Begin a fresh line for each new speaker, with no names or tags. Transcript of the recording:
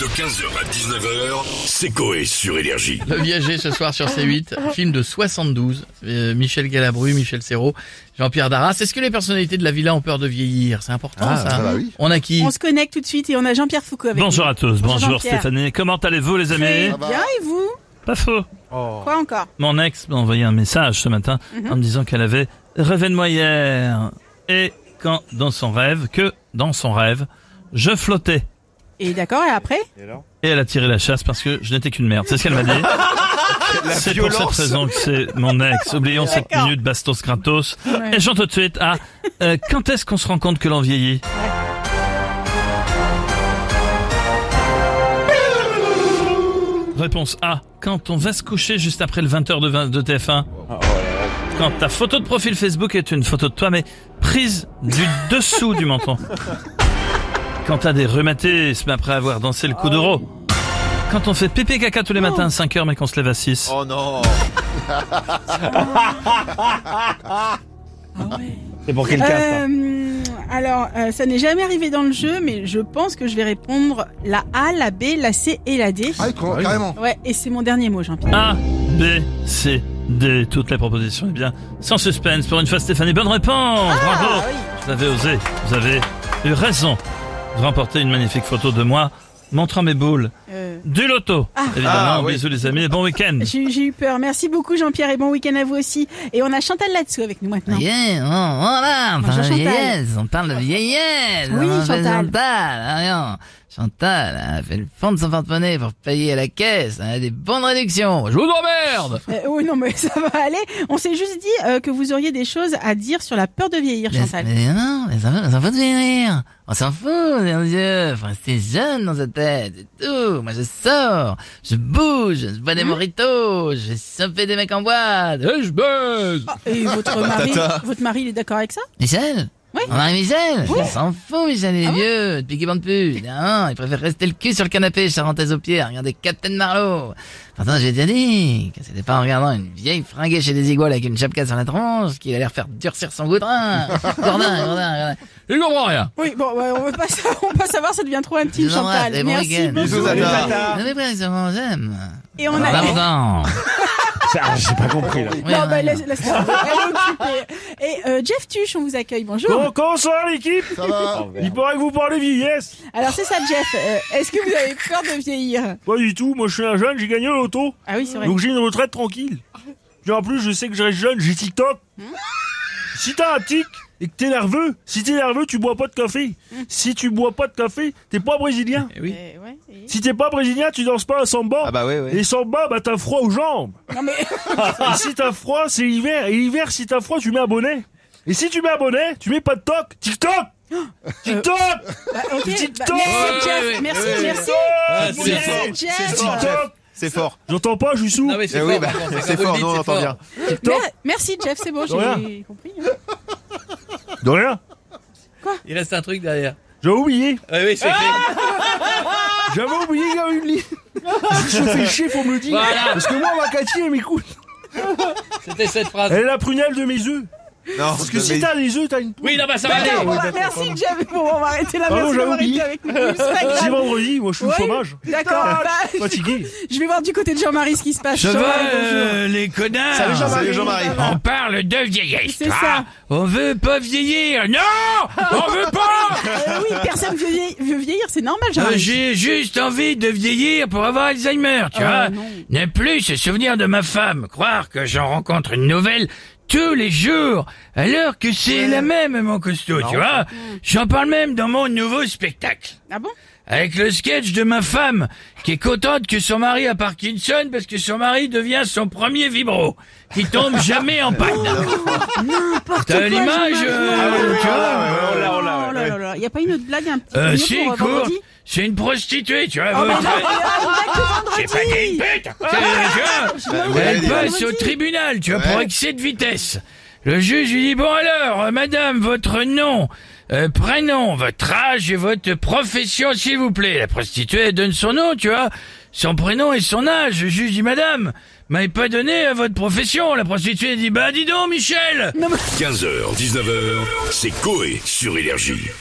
De 15h à 19h, c'est Coé sur Énergie.
Le Viager ce soir sur C8, film de 72, euh, Michel Galabru, Michel Serrault, Jean-Pierre Darras. Est-ce que les personnalités de la villa ont peur de vieillir C'est important
Ah,
ça.
ça va, oui.
On a qui
On se connecte tout de suite et on a Jean-Pierre Foucault avec
Bonjour à tous,
Bonjour
bonjour,
Jean-Pierre.
Stéphanie. Comment allez-vous les
nous.
amis
Très bien et vous
Pas faux.
Quoi encore
Mon ex m'a envoyé un message ce matin
Mhm.
en me disant qu'elle avait rêvé de moi hier. Et quand dans son rêve, que dans son rêve, je flottais.
Et d'accord, et après
Et elle a tiré la chasse parce que je n'étais qu'une merde. C'est ce qu'elle m'a dit. C'est pour cette raison que c'est mon ex. Oublions cette
D'accord.
minute bastos gratos.
Ouais.
Et chante tout de suite à euh, Quand est-ce qu'on se rend compte que l'on vieillit Réponse A. Quand on va se coucher juste après le 20h de, 20 de TF1. Quand ta photo de profil Facebook est une photo de toi, mais prise du dessous du menton. Quand t'as des rhumatismes après avoir dansé le coup
Ah.
d'euro. Quand on fait pipi caca tous les matins à 5h mais qu'on se lève à 6.
Oh non
C'est pour quelqu'un, ça.
Ah Euh, Alors, euh, ça n'est jamais arrivé dans le jeu, mais je pense que je vais répondre la A, la B, la C et la D.
Ah, con- carrément
Ouais, et c'est mon dernier mot, Jean-Pierre.
A, B, C, D. Toutes les propositions, eh bien, sans suspense. Pour une fois, Stéphanie, bonne réponse.
Ah.
Ah.
Ah
Bravo. Vous avez osé. Vous avez eu raison de remporter une magnifique photo de moi montrant mes boules.
Euh,
Du loto. Évidemment,
Ah, oui.
bisous les amis et bon week-end.
J'ai j'ai eu peur. Merci beaucoup, Jean-Pierre, et bon week-end à vous aussi. Et on a Chantal là-dessous avec nous maintenant.
Yeah, oh, voilà, on
Bonjour,
parle de
Chantal.
vieillesse, on parle de vieillesse.
Oui,
on fait
Chantal.
Chantal, ah, rien. Chantal a fait le fond de son porte-monnaie pour payer à la caisse. Elle a des bonnes réductions. Je vous emmerde
Euh, oui, non, mais ça va aller. On s'est juste dit euh, que vous auriez des choses à dire sur la peur de vieillir,
mais,
Chantal.
mais non, mais on s'en fout- on s'en fout de vieillir. On s'en fout, mon Dieu. Faut rester jeune dans sa tête, c'est tout. Moi, je sors, je bouge, je bois des moritos, je vais choper des mecs en boîte, et Hein Eh, je baise.
Et votre mari, votre mari, il est d'accord avec ça
Michel
Oui.
Mon mari Michel Il s'en fout, Michel, il est vieux, depuis qu'il bande plus. Non, il préfère rester le cul sur le canapé, charentaise aux pieds, à regarder Captain Marlowe. Pourtant, j'ai déjà dit que c'était pas en regardant une vieille fringuée chez des iguales avec une chapka sur la tronche qu'il allait refaire durcir son goudrin. Gourdin, gourdin, gourdin. Il comprend rien.
Oui, bon, ouais, on veut pas, sa- on veut pas savoir, ça devient trop intime,
Je vous embrasse,
Chantal.
et bon
Merci
week-end.
beaucoup.
Bisous, Tata.
Non, mais bref, sûrement, j'aime.
Et on a.
Ah, Pardon.
Ça, J'ai pas compris, là.
Oui,
non,
on
bah,
a-
laisse, laisse, elle est occupée. Et euh, Jeff Tuch, on vous accueille. Bonjour.
Bonsoir, l'équipe
Ça va
Il paraît que vous parlez vieillesse
Alors c'est ça, Jeff. euh, Est-ce que vous avez peur de vieillir
Pas du tout, moi je suis un jeune, j'ai gagné l'auto,
Ah oui, c'est vrai.
donc j'ai une retraite tranquille. Puis en plus, je sais que je reste jeune, j'ai TikTok.
Hmm
Si t'as un tic et que t'es nerveux, si t'es nerveux, tu bois pas de café.
Hmm.
Si tu bois pas de café, t'es pas brésilien.
oui.
Euh, ouais, et-
Si t'es pas brésilien, tu danses pas à samba.
Eh bah ouais,
Et samba, bah t'as froid aux jambes.
Non mais
Et si t'as froid, c'est l'hiver. Et l'hiver, si t'as froid, tu mets un bonnet. Et si tu mets un bonnet, tu mets pas de toc. TikTok
Euh.
TikTok
bah, ok.
TikTok.
bah,
Ouais,
merci Jeff,
ouais, Ah,
merci,
ouais.
merci,
c'est
Yeah.
fort.
merci Jeff.
C'est fort, Jeff.
TikTok
C'est fort
J'entends pas, je suis sourd.
Non, mais c'est
Eh
fort,
oui, bah,
par contre,
c'est
comme vous
fort,
le dites,
non, on
c'est
entend
fort.
bien.
Mer- Merci Jeff, c'est bon, j'ai
rien.
compris.
De rien.
Il reste un truc derrière.
J'avais oublié.
Oui, oui, c'est fait.
J'avais oublié qu'il y avait une ligne. Si je fais chier, faut me le dire.
Voilà.
Parce que moi, ma Cathy, elle m'écoute.
C'était cette phrase.
Elle est la prunelle de mes œufs.
Non,
Parce que si t'as des œufs, t'as une poule.
Oui, non, bah ça va aller.
Bon, bah, merci Jeff. Bon, on va arrêter là.
Pardon,
Merci
j'avais
d'avoir été
oublié.
avec nous. C'est pas
C'est
grave.
vendredi, moi je suis au
Ouais,
chômage.
D'accord.
Ah,
Bah, je-
Fatigué.
je vais voir du côté de Jean-Marie ce qui se passe.
Je veux
Jean-Marie, bonjour.
euh, les connards.
Salut Jean-Marie. Salut Jean-Marie.
On parle de vieillesse.
C'est ça.
On veut pas vieillir. Non, on veut pas.
Euh, oui, personne veut vieillir, veut vieillir, c'est normal,
Euh,
Jean-Marie.
J'ai juste envie de vieillir pour avoir Alzheimer, tu
Oh,
vois.
non.
Ne plus se souvenir de ma femme, croire que j'en rencontre une nouvelle tous les jours, alors que c'est la même, mon costaud, tu vois. J'en parle même dans mon nouveau spectacle.
Ah bon
Avec le sketch de ma femme, qui est contente que son mari a Parkinson parce que son mari devient son premier vibro, qui tombe jamais en panne. T'as l'image, euh, tu vois
Ah, Oh là là là, il y a pas une autre blague un petit peu
Euh,
mieux
si,
pour
court.
vendredi
C'est une prostituée, tu vois.
Oh, mais
euh,
non, mais, euh,
C'est
une blague que
pas qu'une
vendredi.
pute Tu vois,
ouais,
Elle
dis donc.
passe au tribunal, tu vois, pour
Ouais.
excès de vitesse. Le juge lui dit, bon alors, euh, madame, votre nom, euh, prénom, votre âge et votre profession, s'il vous plaît. La prostituée, elle donne son nom, tu vois, son prénom et son âge. Le juge dit, madame, m'avez pas donné euh, votre profession. La prostituée dit, bah dis donc, Michel
15h, 19h, c'est Coé sur Énergie.